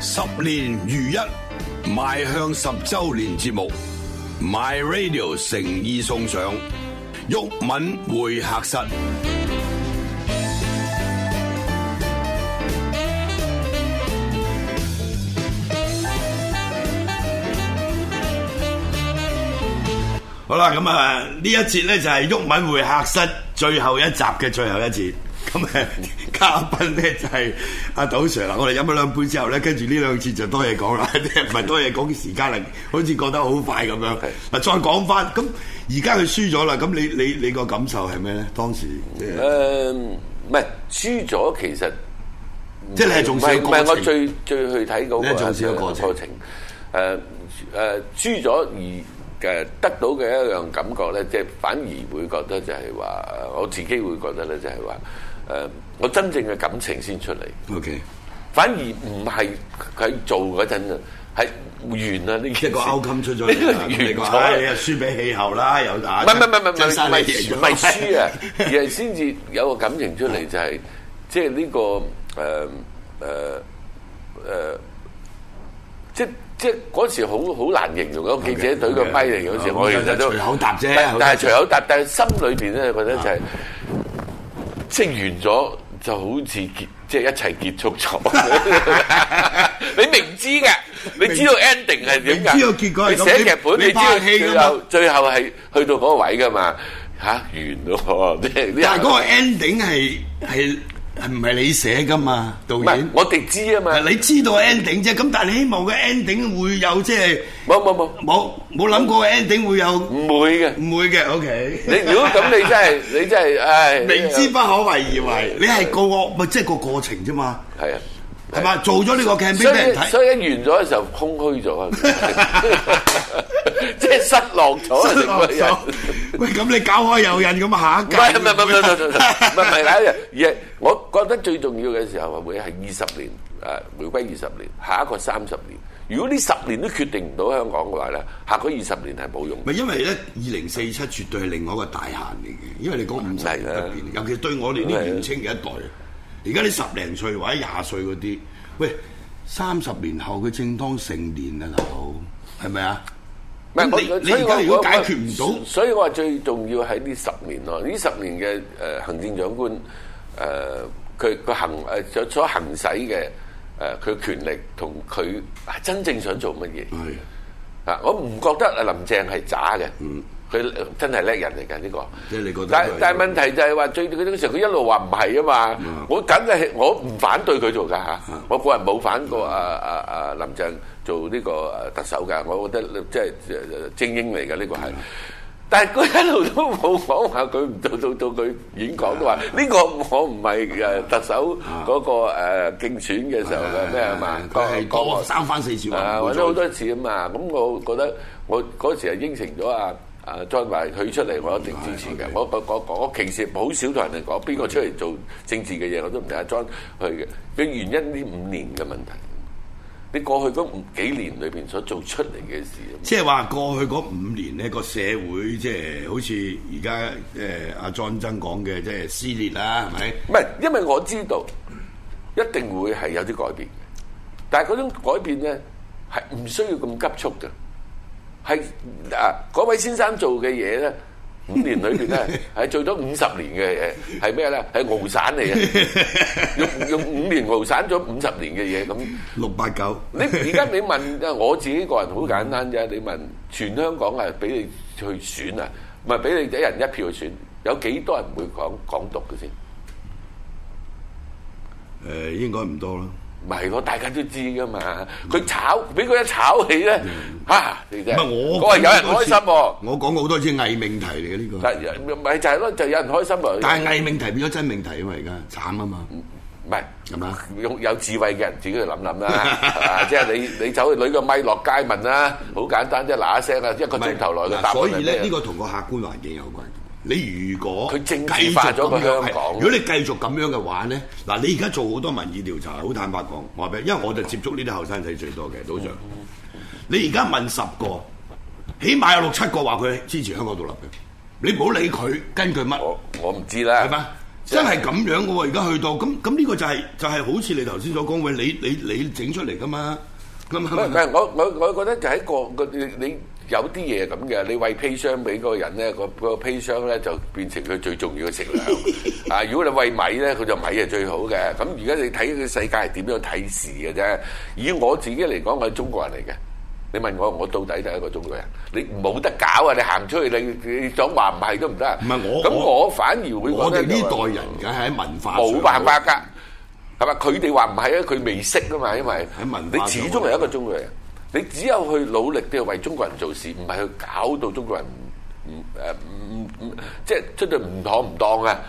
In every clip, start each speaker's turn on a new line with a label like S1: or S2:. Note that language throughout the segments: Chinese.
S1: 十年如一，邁向十周年節目，My Radio 誠意送上，毓民會客室。
S2: 好啦，咁啊呢一節咧就係鬱文會客室最後一集嘅最後一節。咁誒 嘉賓咧就係阿賭 Sir 啦，我哋飲咗兩杯之後咧，跟住呢兩節就多嘢講啦， 唔係多嘢講嘅時間啦，好似覺得好快咁樣。嗱，再講翻，咁而家佢輸咗啦，咁你你你個感受係咩咧？當時即係
S3: 誒唔係輸咗，其實
S2: 即係你係重
S3: 唔
S2: 視
S3: 係
S2: 個
S3: 唔
S2: 過
S3: 係我
S2: 程，
S3: 最最去睇嗰
S2: 你
S3: 個
S2: 係重視個過程
S3: 誒誒輸咗而誒得到嘅一樣感覺咧，即係反而會覺得就係話，誒我自己會覺得咧就係話誒我真正嘅感情先出嚟。
S2: OK，
S3: 反而唔係佢做嗰陣啊，係完啦呢
S2: 一
S3: 件
S2: 個
S3: 事
S2: outcome 出咗
S3: 呢個
S2: 嚟啦，
S3: 完
S2: 咁你話唉你
S3: 咗
S2: 又
S3: 啦。
S2: 輸俾氣候啦，又
S3: 唔係唔係唔係唔係唔係
S2: 打
S3: 唔係輸啊，而係先至有個感情出嚟，就係即係呢個誒誒誒，即即嗰時好好難形容嗰個記者隊個咪嚟嗰時，我其實都
S2: 隨口答啫
S3: 但但係隨口答，但係心裏邊咧覺得就係即係完咗。就好似結即係一齊結 束咗，你明知嘅，你知道 ending 係點㗎？
S2: 你知道結果係
S3: 你
S2: 咁
S3: 寫劇本，
S2: 你
S3: 你知道
S2: 拍戲㗎
S3: 最
S2: 嘛
S3: 後最後係去到嗰個位噶嘛吓，完咯喎，即係呢
S2: 但係嗰個 ending 係係係唔係你寫噶嘛？導
S3: 唔係
S2: 演，
S3: 我哋知啊嘛，
S2: 你知道 ending 啫，咁但係你希望個 ending 會有即係
S3: 冇冇冇
S2: 冇冇諗過個 ending 會有
S3: 唔會嘅。
S2: 唔會嘅，OK。
S3: 你如果咁，你真係你真係唉，
S2: 明知不可為而為，你係個惡咪即係個過程啫嘛，
S3: 係啊，
S2: 係嘛？做咗呢個 campaign
S3: 所
S2: 俾人
S3: 以
S2: 睇，
S3: 所以一完咗嘅時候空虛咗啊，即係失落咗啊，
S2: 失落
S3: 成個人
S2: 咗。 喂，咁你搞開有癮咁下一
S3: 唔係唔係唔係唔係唔係唔係
S2: 屆
S3: 唔係
S2: 會會
S3: 唔係，而係我覺得最重要嘅時候會係二十年誒，回歸二十年，下一個三十年。如果呢十年都決定唔到香港嘅話咧，下個二十年係冇用。
S2: 咪因為咧，二零四七絕對係另外一個大限嚟嘅，因為你講五十年
S3: 係
S2: 不
S3: 啊
S2: 變，尤其對我哋啲年青嘅一代，啊而家你十零歲或者廿歲嗰啲，喂，三十年後佢正當成年啊，大佬，係咪啊？
S3: 唔係
S2: 咁
S3: 我
S2: 你你
S3: 所以
S2: 而家
S3: 我
S2: 如果
S3: 我
S2: 解決唔到
S3: 所所以我話最重要喺呢十年內，呢十年嘅誒、呃行政長官誒，呃佢、個行誒、呃所所行使嘅誒佢權力同佢啊真正想做乜嘢？
S2: 係
S3: 啊！我唔覺得啊林鄭係渣嘅，佢、真係叻人嚟㗎呢個。
S2: 即係你覺得佢
S3: 但
S2: 係
S3: 但問題就係話最嗰陣時，佢一路話唔係啊嘛。我梗係我唔反對佢做㗎嚇，我個人冇反過啊啊啊林鄭做呢個啊特首㗎，我覺得即係呃精英嚟㗎呢個係。但係佢一路都冇講話佢唔到到到佢演講都話呢個我唔係誒特首嗰個誒競選嘅時候嘅咩啊係嘛？
S2: 佢係
S3: 國
S2: 講三番四次話
S3: 啊，
S2: 唔
S3: 揾
S2: 會
S3: 咗好
S2: 再
S3: 多次啊嘛，咁我覺得我嗰時係應承咗啊啊 John 話佢出嚟，我一定支持嘅。我我我我我其實好少同人哋講邊個出嚟做政治嘅嘢，我都唔同阿 John 去嘅。嘅原因呢五年嘅問題，你過去嗰五幾年裏邊所做出嚟嘅事，
S2: 即係話過去嗰五年呢個社會即係好似而家誒阿莊曾講嘅，即係撕裂啦，係 咪？
S3: 唔係因為我知道一定會係有啲改變嘅，但係嗰種改變咧係唔需要咁急促嘅。係啊，嗰位先生做嘅嘢咧，五年裏邊咧係做咗五十年嘅嘢，係咩咧？係熬散嚟嘅，用用五年熬散咗五十年嘅嘢咁。
S2: 六八九，
S3: 你而家你問啊，我自己個人好簡單啫。你問全香港係俾你去選啊，唔係俾你一人一票去選，有幾多人會講港獨嘅先？
S2: 誒應該唔多啦。
S3: 唔係喎，大家都知噶嘛。佢炒俾佢一炒起咧，嚇你
S2: 嗯唔
S3: 啫。
S2: 係我
S3: 嗰個有人
S2: 講好多
S3: 開
S2: 次
S3: 心喎，
S2: 我講過好多次偽命題嚟嘅呢個，
S3: 但咪就係咯，就有人開心喎。
S2: 但係偽命題變咗真命題啊嘛，而家慘啊嘛，
S3: 唔係
S2: 係嘛？
S3: 有有智慧嘅人自己去諗諗啦，係 嘛即係你你走去攞個咪落街問啦，好簡單啫，嗱一聲啦，啊一個鐘頭內嘅答案
S2: 所以
S3: 係
S2: 咧
S3: 咩啊
S2: 呢個同個客觀環境有關。你如果
S3: 佢政治化咗個
S2: 繼續咁樣
S3: 香港
S2: 係如果你繼續咁樣嘅話咧，嗱你而家做好多民意調查，好坦白講，我話俾你，因為我就接觸呢啲後生仔最多嘅，賭場。
S3: 嗯
S2: 你而家問十個，起碼有六七個話佢支持香港獨立嘅，你唔好理佢跟佢乜，
S3: 哦我我唔知
S2: 係
S3: 啦
S2: 嘛，？真係咁樣嘅喎，而家去到咁咁呢個就係、就係、好似你頭先所講，喂，你你你整出嚟噶嘛？咁
S3: 唔係
S2: 係
S3: 唔
S2: 咪？
S3: 係，我我我覺得就喺個個你你有啲嘢咁嘅，你餵砒霜俾嗰個人咧，個個砒霜咧就變成佢最重要嘅食 糧。啊，如果你餵米咧，佢就米係最好嘅。咁而家你睇個世界係點樣睇事嘅啫。以我自己嚟講，我係中國人嚟嘅。你問我，我到底就係一個中國人？你冇得搞啊！你行出去，你你想話唔係都唔得啊。
S2: 唔係我
S3: 咁
S2: 我
S3: 我反而會
S2: 我
S3: 覺
S2: 哋
S3: 得
S2: 呢
S3: 就係
S2: 代人梗係喺文化上
S3: 冇辦法㗎，係嘛？佢哋話唔係啊，佢未識啊嘛，因為
S2: 喺文化上
S3: 你始終係一個中國人，你只有去努力都要為中國人做事，唔係去搞到中國人唔唔誒唔唔即係出到唔妥唔當啊！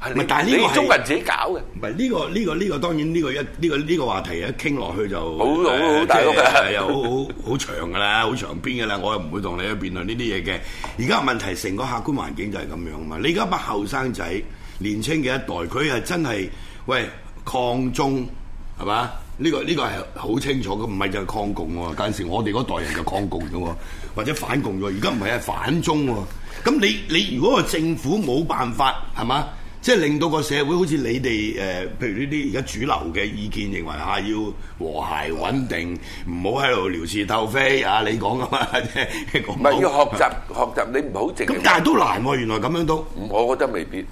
S3: 係
S2: 唔係但係呢個
S3: 你
S2: 係
S3: 中國人自己搞嘅，
S2: 唔係呢個呢、個呢、個當然呢、個一呢、個呢、個話題一傾落去就好
S3: 好好大鑊㗎
S2: 又好好好長㗎啦，好長篇㗎啦，我又唔會同你去辯論呢啲嘢嘅。而家問題成個客觀環境就係咁樣啊嘛。你而家班後生仔年青嘅一代，佢係真係喂抗中係嘛？呢、個呢、個係好清楚嘅，唔係就係抗共喎。嗰陣時我哋嗰代人就抗共嘅喎，或者反共嘅喎，而家唔係係啊反中喎。咁你你如果個政府冇辦法係嘛？即係令到個社會好似你哋誒、呃譬如呢啲而家主流嘅意見認為啊，要和諧穩定，唔好喺度撩事鬥非啊！你講噶嘛， 即係
S3: 唔
S2: 唔
S3: 係要學習學習，你唔好淨
S2: 咁
S3: 係
S2: 但係都難喎、原來咁樣都
S3: 我覺得未必，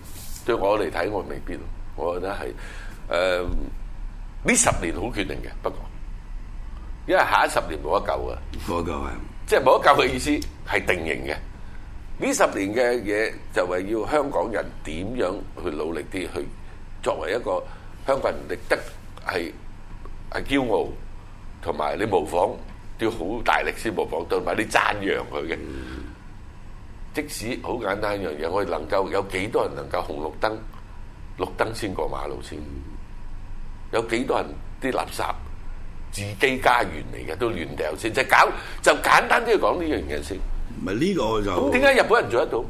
S3: 對我嚟睇我未必，我覺得係誒呢十年好決定嘅，不過因為下一十年冇得救啊。
S2: 嗰個係
S3: 即係冇得救嘅意思係定型嘅。呢十年嘅嘢就係要香港人點樣去努力啲，去作為一個香港人力得係係驕傲，同埋你模仿要好大力先模仿到，同埋你讚揚佢嘅。即使好簡單一樣嘢，我哋能夠有幾多人能夠紅綠燈，綠燈先過馬路先？有幾多人啲垃圾自己家園嚟嘅都亂掉先？就搞就簡單啲去講呢樣嘢先。
S2: 唔係呢個就
S3: 咁點解日本人做得到？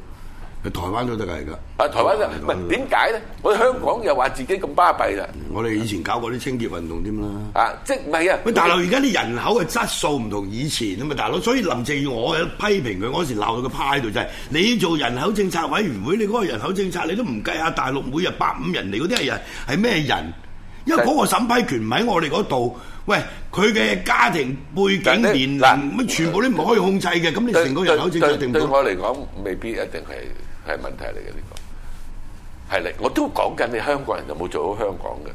S2: 台灣都得㗎而家？
S3: 啊，台灣就唔係點解咧？我哋香港又話自己咁巴閉啦，
S2: 我哋以前搞過啲清潔運動添啦。
S3: 啊，即係唔係啊？
S2: 喂，大佬，而家啲人口嘅質素唔同以前啊嘛，大佬，所以林鄭月娥我有批評佢嗰時鬧到佢趴喺度就係、你做人口政策委員會，你嗰個人口政策你都唔計下大陸每日百五人嚟嗰啲係人係咩人？因為嗰個審批權唔喺我哋嗰度，喂，佢嘅家庭背景、
S3: 但係
S2: 年齡
S3: 嗱
S2: 乜全部都唔可以控制嘅，咁你成個人口政策定唔
S3: 對
S2: 到？
S3: 我嚟講，未必一定係係問題嚟嘅呢個。係嚟，我都講緊你香港人有冇做好香港嘅。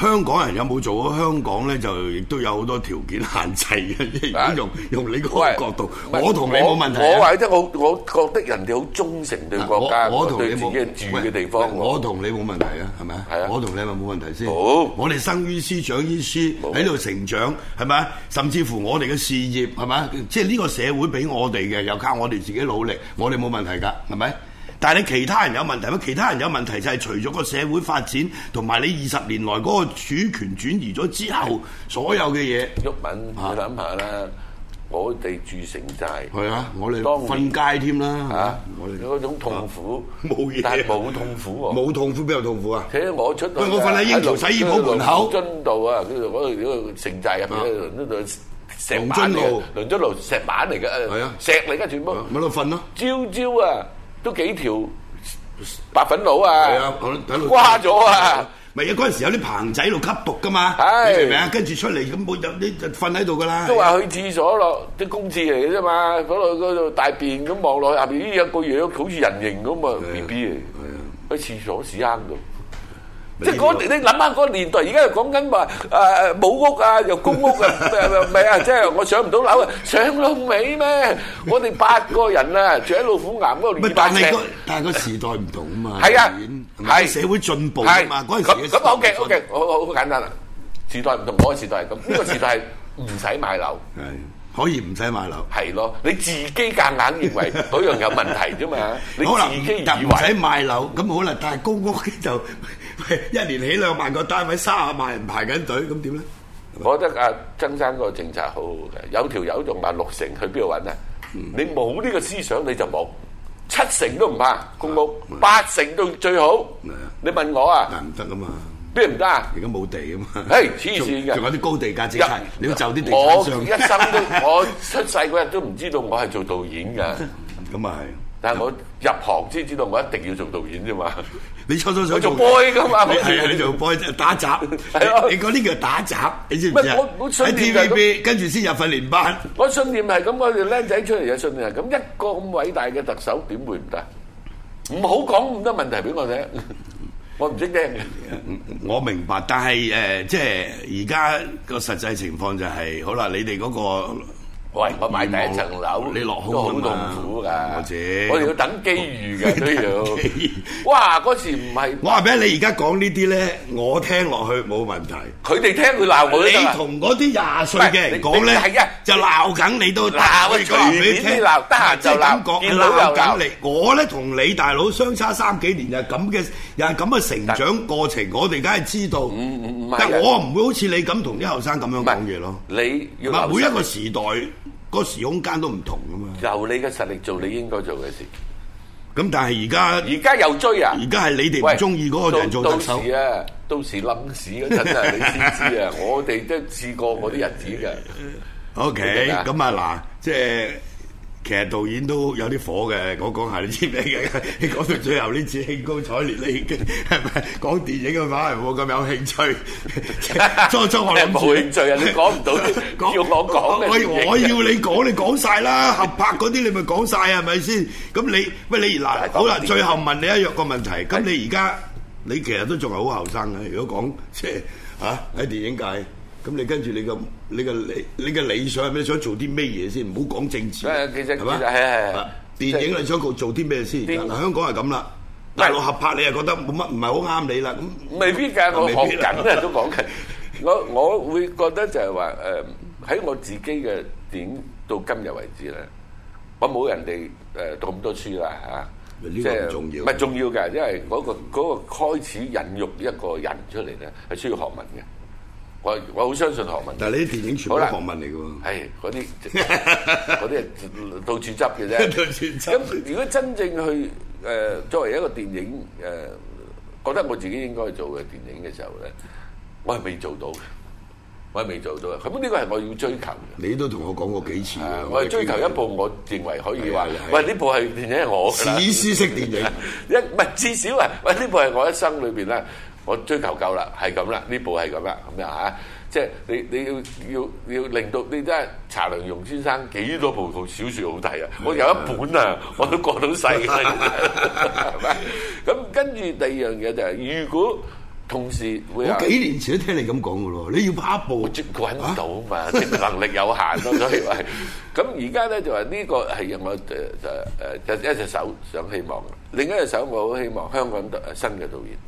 S2: 香港人有冇做好香港咧？就亦都有好多條件限制嘅。即係如果用用你嗰
S3: 喂
S2: 個角度，
S3: 唔係
S2: 我同你冇問題啊
S3: 我話你聽，我我覺得人哋好忠誠對國家，
S2: 我我同你
S3: 對自
S2: 冇
S3: 己住
S2: 喂
S3: 嘅地方喎。
S2: 喂我同你冇問題啊，係咪
S3: 係啊
S2: 我同你咪冇問題先。
S3: 好
S2: 我哋生於斯，長於斯，
S3: 冇
S2: 喺度成長，係咪？甚至乎我哋嘅事業，係咪？即係呢個社會俾我哋嘅，又靠我哋自己努力，我哋冇問題㗎，係咪？但係你其他人有問題咩？其他人有問題就係除咗個社會發展，同埋你二十年來嗰個主權轉移咗之後，所有嘅嘢
S3: 鬱敏，你諗下啦，我哋住城寨
S2: 係啊，我哋
S3: 當然啊
S2: 瞓街添啦，係
S3: 嚇
S2: 咪我哋
S3: 嗰種痛苦
S2: 冇嘢
S3: 但係冇痛苦喎。
S2: 冇痛苦，邊有痛苦啊？
S3: 且我出去
S2: 喂我瞓喺英橋洗衣鋪門口
S3: 津道啊，叫做嗰度嗰個城寨入邊咧，倫敦道石板
S2: 倫敦
S3: 嚟嘅
S2: 路，
S3: 倫敦路石板嚟嘅，
S2: 係啊
S3: 石嚟嘅全部，
S2: 咪喺度瞓咯。
S3: 朝朝啊都幾條白粉佬啊，
S2: 係啊喺度喺度
S3: 瓜咗啊！
S2: 咪嗰陣時有啲棚仔喺度吸毒噶嘛，
S3: 係
S2: 你明唔明啊？跟住出嚟咁冇有啲就瞓喺度噶啦。
S3: 都話去廁所咯，啲公廁嚟嘅啫嘛，嗰度嗰度大便咁望落去下邊，咦有個樣好似人形咁
S2: 係
S3: 啊
S2: 啊
S3: ，B B 嚟
S2: 係啊，
S3: 喺廁所屎坑度。
S2: 咪
S3: 即係嗰
S2: 呢
S3: 你諗下嗰個年代，而家又講緊話誒冇屋啊，又公屋啊，唔係啊，即係我上唔到樓啊，上到尾咩？我哋八個人啊，住喺老虎岩嗰度
S2: 咪
S3: 二百
S2: 但係
S3: 尺
S2: 個。但係個時代唔同啊嘛，
S3: 係啊
S2: 當然，係咪
S3: 係
S2: 社會進步啊
S3: 係
S2: 嘛，嗰陣時嘅
S3: 咁咁 OK
S2: 時代
S3: OK，好好好簡單啦。時代唔同，我嘅時代係咁，呢個時代係唔使買樓。
S2: 係可以唔使買樓。
S3: 係咯，你自己夾硬 認為嗰樣有問題啫嘛，你
S2: 好啦，
S3: 自己
S2: 但
S3: 以
S2: 唔使
S3: 為。
S2: 買樓，咁好啦。但係公屋就 一年起兩萬個單位，三十萬人排緊隊，咁點咧？
S3: 我覺得阿曾生個政策好好嘅，有條友仲話六成去邊度揾啊？
S2: 嗯
S3: 你冇呢個思想你就冇，七成都唔怕公屋，
S2: 嗯
S3: 八成都最好
S2: 啊。
S3: 你問我啊，
S2: 但係唔得啊嘛，
S3: 邊唔得啊？
S2: 而家冇地啊嘛。
S3: 嘿黐線
S2: 仲
S3: 嘅
S2: 仲有啲高地價政策
S3: 一，
S2: 你要就啲地
S3: 我
S2: 產
S3: 一
S2: 商。
S3: 生都我出世嗰日都唔知道我係做導演㗎。
S2: 咁啊係。
S3: 但係我入行先知道我一定要做導演啫嘛。
S2: 你初初想
S3: 我做
S2: 嘅
S3: boy 㗎嘛
S2: 你係啊，你做 boy 打雜，
S3: 係啊
S2: 你你嗰啲叫打雜，你知唔知啊
S3: 唔係我我信
S2: 喺
S3: 念㗎
S2: TVB 跟住先入訓練班，
S3: 我信念係咁，我哋僆仔出嚟嘅信念係咁，一個咁偉大嘅特首點會唔得？唔好講咁多問題俾我聽， 我唔識聽嘅。
S2: 我明白，但係誒、呃即係而家個實際情況就係、好啦，你哋嗰、個。
S3: 喂，我買第一層樓，
S2: 你落空
S3: 都好
S2: 㗎
S3: 痛
S2: 嘛
S3: 苦㗎。
S2: 我知
S3: 我哋要等機 遇㗎都
S2: 等機遇
S3: 要。哇！嗰時唔係
S2: 我話俾你，你而家講呢啲咧，我聽落去冇問題。
S3: 佢哋聽佢鬧我都得
S2: 你
S3: 啦
S2: 同嗰啲廿歲嘅人講
S3: 唔係你你係
S2: 咧
S3: 啊，
S2: 就鬧緊你都
S3: 鬧啊隨便
S2: 你啊
S3: 你鬧得閒就鬧
S2: 講
S3: 見到
S2: 鬧
S3: 就鬧
S2: 緊你。我咧同你大佬相差三幾年，又係咁嘅，又係咁嘅成長過程，我哋梗係知道。
S3: 嗯唔唔係
S2: 但
S3: 嘅
S2: 我唔會好似你咁同啲後生咁樣
S3: 唔
S2: 講嘢咯。
S3: 你要
S2: 唔係
S3: 留
S2: 每一個
S3: 心
S2: 時代個時空間都唔同噶嘛。
S3: 由你嘅實力做你應該做嘅事。
S2: 咁但係而家
S3: 而家又追啊！
S2: 而家係你哋唔中意嗰個人做特首
S3: 到。時啊，到時冧屎嗰陣啊，你先 知啊！我哋都試過嗰啲日子嘅。
S2: O K，
S3: 你明唔明啊
S2: 咁啊嗱，即係其實導演都有啲火嘅，我講下你知唔知 嘅？你講到最後呢次興高采烈，你已經係咪講電影嘅反而冇咁有興趣？ 初初我諗住
S3: 冇興趣啊你講 唔到要我講咩
S2: 我我我要你講，你講晒啦，合拍嗰啲你咪講晒係咪先？咁你喂你嗱
S3: 但係
S2: 好啦，
S3: 講啲
S2: 最後問你一樣個問題，咁你而家你其實都仲係好後生嘅，如果講即係嚇喺電影界，咁你跟住你個你個理你嘅理想係咩？想做啲咩嘢先？唔好講政治，
S3: 誒其實
S2: 係嘛
S3: 其實係係係
S2: 啊電影你想做做啲咩先？
S3: 電
S2: 嗱香港係咁啦，
S3: 唔係
S2: 大陸合拍你又覺得冇乜唔係好啱你啦，咁
S3: 未必㗎，我
S2: 未
S3: 學
S2: 必
S3: 緊
S2: 啦
S3: 啊，都講緊。我我會覺得就係話誒，喺我自己嘅點到今日為止咧，我冇人哋誒讀咁多書啦嚇。
S2: 呢個唔
S3: 係
S2: 重要
S3: 唔係重要㗎，因為嗰、個嗰、個開始孕育一個人出嚟咧，係需要學問嘅。我我好相信學問嘅。
S2: 但係你啲電影全部
S3: 好
S2: 都
S3: 啦
S2: 學問嚟嘅喎。
S3: 係 嗰啲嗰啲係到處執嘅啫。
S2: 到處執
S3: 咁如果真正去誒、呃作為一個電影誒、呃，覺得我自己應該做嘅電影嘅時候咧，我係未做到嘅，我係未做到嘅。咁呢個係我要追求嘅。
S2: 你都同我講過幾次㗎
S3: 啊我係追求一部我認為可以話
S2: 係啊係啊，
S3: 喂呢部係電影係我㗎啦。
S2: 史詩式電影。
S3: 一唔係至少啊，喂呢部係我一生裏邊咧，我追求夠啦，係咁啦，呢部係咁啦，咁樣嚇，即係你你要要要令到你真係查良鏞先生幾多部小説好睇啊！我有一本啊，我都過到世嘅，係咪咁跟住第二樣嘢就係、如果同時會啊有
S2: 我。幾年前都聽你咁講嘅咯，你要拍一部
S3: 我接揾唔到
S2: 啊
S3: 嘛，即係能力有限咯， 所以話咁而家咧就話呢個係我誒誒誒一隻手想希望，另一隻手我好希望香港導新嘅導演，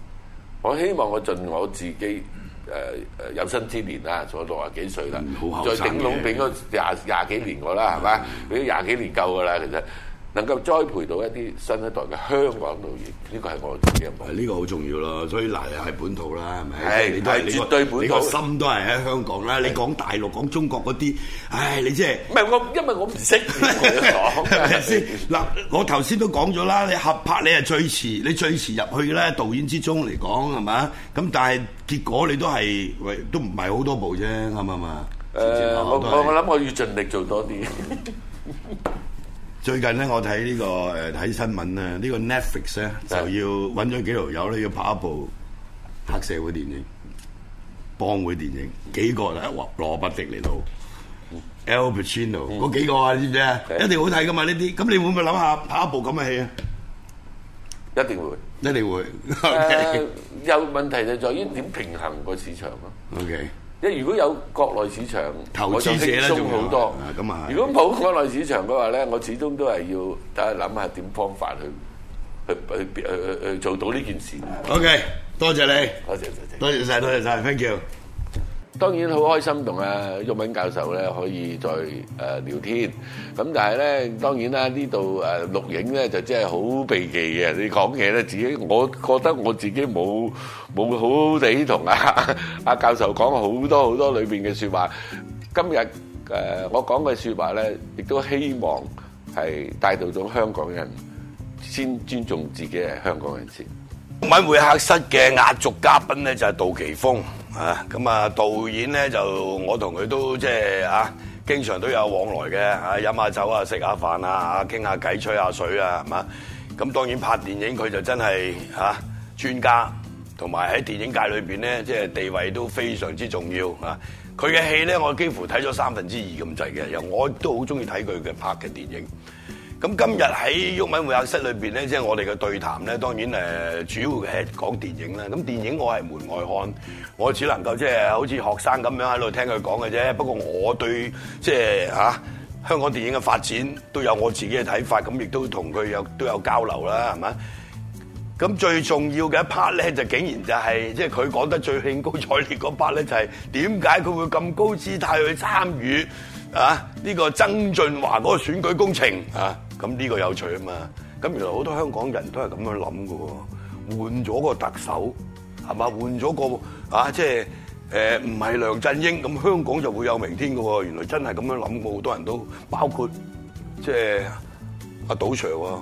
S3: 我希望我盡我自己。誒誒有生之年啦，我六啊幾歲啦
S2: 嗯，好後
S3: 再
S2: 生
S3: 頂籠
S2: 嘅嗯
S3: 頂咗廿廿幾年我啦，係嘛？俾廿幾年夠㗎啦，其實能夠栽培到一啲新一代嘅香港導演，呢個係我自己嘅夢
S2: 係。呢個好重要咯，所以嗱又係本土啦，係咪？
S3: 係
S2: 你都係
S3: 係
S2: 你個
S3: 絕對本土
S2: 你個心都係喺香港啦。你講大陸、講中國嗰啲，唉，你即係
S3: 唔係我，因為我唔 識我
S2: 係咪
S3: 講
S2: 先？嗱，我頭先都講咗啦，你合拍你係最遲，你最遲入去啦，導演之中嚟講係嘛？咁但係結果你都係喂，都唔係好多部啫，啱唔啱啊？
S3: 誒，我我我諗我要盡力做多啲。
S2: 最近咧，我睇呢、個誒睇新聞咧，呢、個 Netflix 咧就要揾咗幾條友咧，要拍一部黑社會電影、幫會電影，幾個人一鑊羅伯迪尼路、Al Pacino 嗰、幾個啊，知唔知啊？
S3: 係
S2: 一定好睇噶嘛呢啲，咁你會唔會諗下拍一部咁嘅戲啊？
S3: 一定會。
S2: 一定會。
S3: 誒
S2: OK，
S3: 有問題就在於點平衡個市場咯。
S2: OK，
S3: 因為如果有國內市場，
S2: 投
S3: 我就
S2: 資者
S3: 輕
S2: 呢
S3: 鬆
S2: 仲有
S3: 好多
S2: 啊。咁啊係
S3: 如果冇國內市場嘅話咧，我始終都係要睇下諗下點方法去去去去去去做到呢件事。
S2: OK，多謝你，
S3: 多謝多謝。
S2: 多謝晒，多謝晒 t h a n k you。
S3: 當然好開心同啊毓民教授咧可以再誒、呃聊天，咁但係咧當然啦，呢度誒錄影咧就真係好避忌嘅，你講嘢咧自己，我覺得我自己冇冇好好地同啊 阿教授講好多好多裏邊嘅説話。今日誒、呃我講嘅説話咧，亦都希望係帶到咗香港人先尊重自己係香港人先。
S2: 中文會客室嘅壓軸嘉賓咧就係杜琪峰啊，咁啊導演咧就我同佢都即係啊
S4: 經常都有往來嘅，啊飲下酒啊，食下飯啊，傾下偈，吹下水啊，係嘛？咁當然拍電影佢就真係嚇、啊專家，同埋喺電影界裏邊咧，即係地位都非常之重要啊！佢嘅戲咧，我幾乎睇咗三分之二咁滯嘅，又我都好中意睇佢嘅拍嘅電影。咁今日喺鬱文會客室裏邊咧，即係我哋嘅對談咧，當然誒主要係講電影啦。咁電影我係門外漢，我只能夠即係好似學生咁樣喺度聽佢講嘅啫。不過我對即係嚇、啊香港電影嘅發展都有我自己嘅睇法，咁亦都同佢有都有交流啦，係咪？咁最重要嘅一 part 咧，就竟然就係即係佢講得最興高采烈嗰 part 咧，就係點解佢會咁高姿態去參與啊呢、個曾俊華嗰個選舉工程啊？咁呢個有趣啊嘛！咁原來好多香港人都係咁樣諗嘅喎，換咗個特首係嘛，換咗個啊即係。誒唔係梁振英，咁香港就會有明天嘅喎。原來真係咁樣諗，好多人都包括即係阿賭 Sir 喎。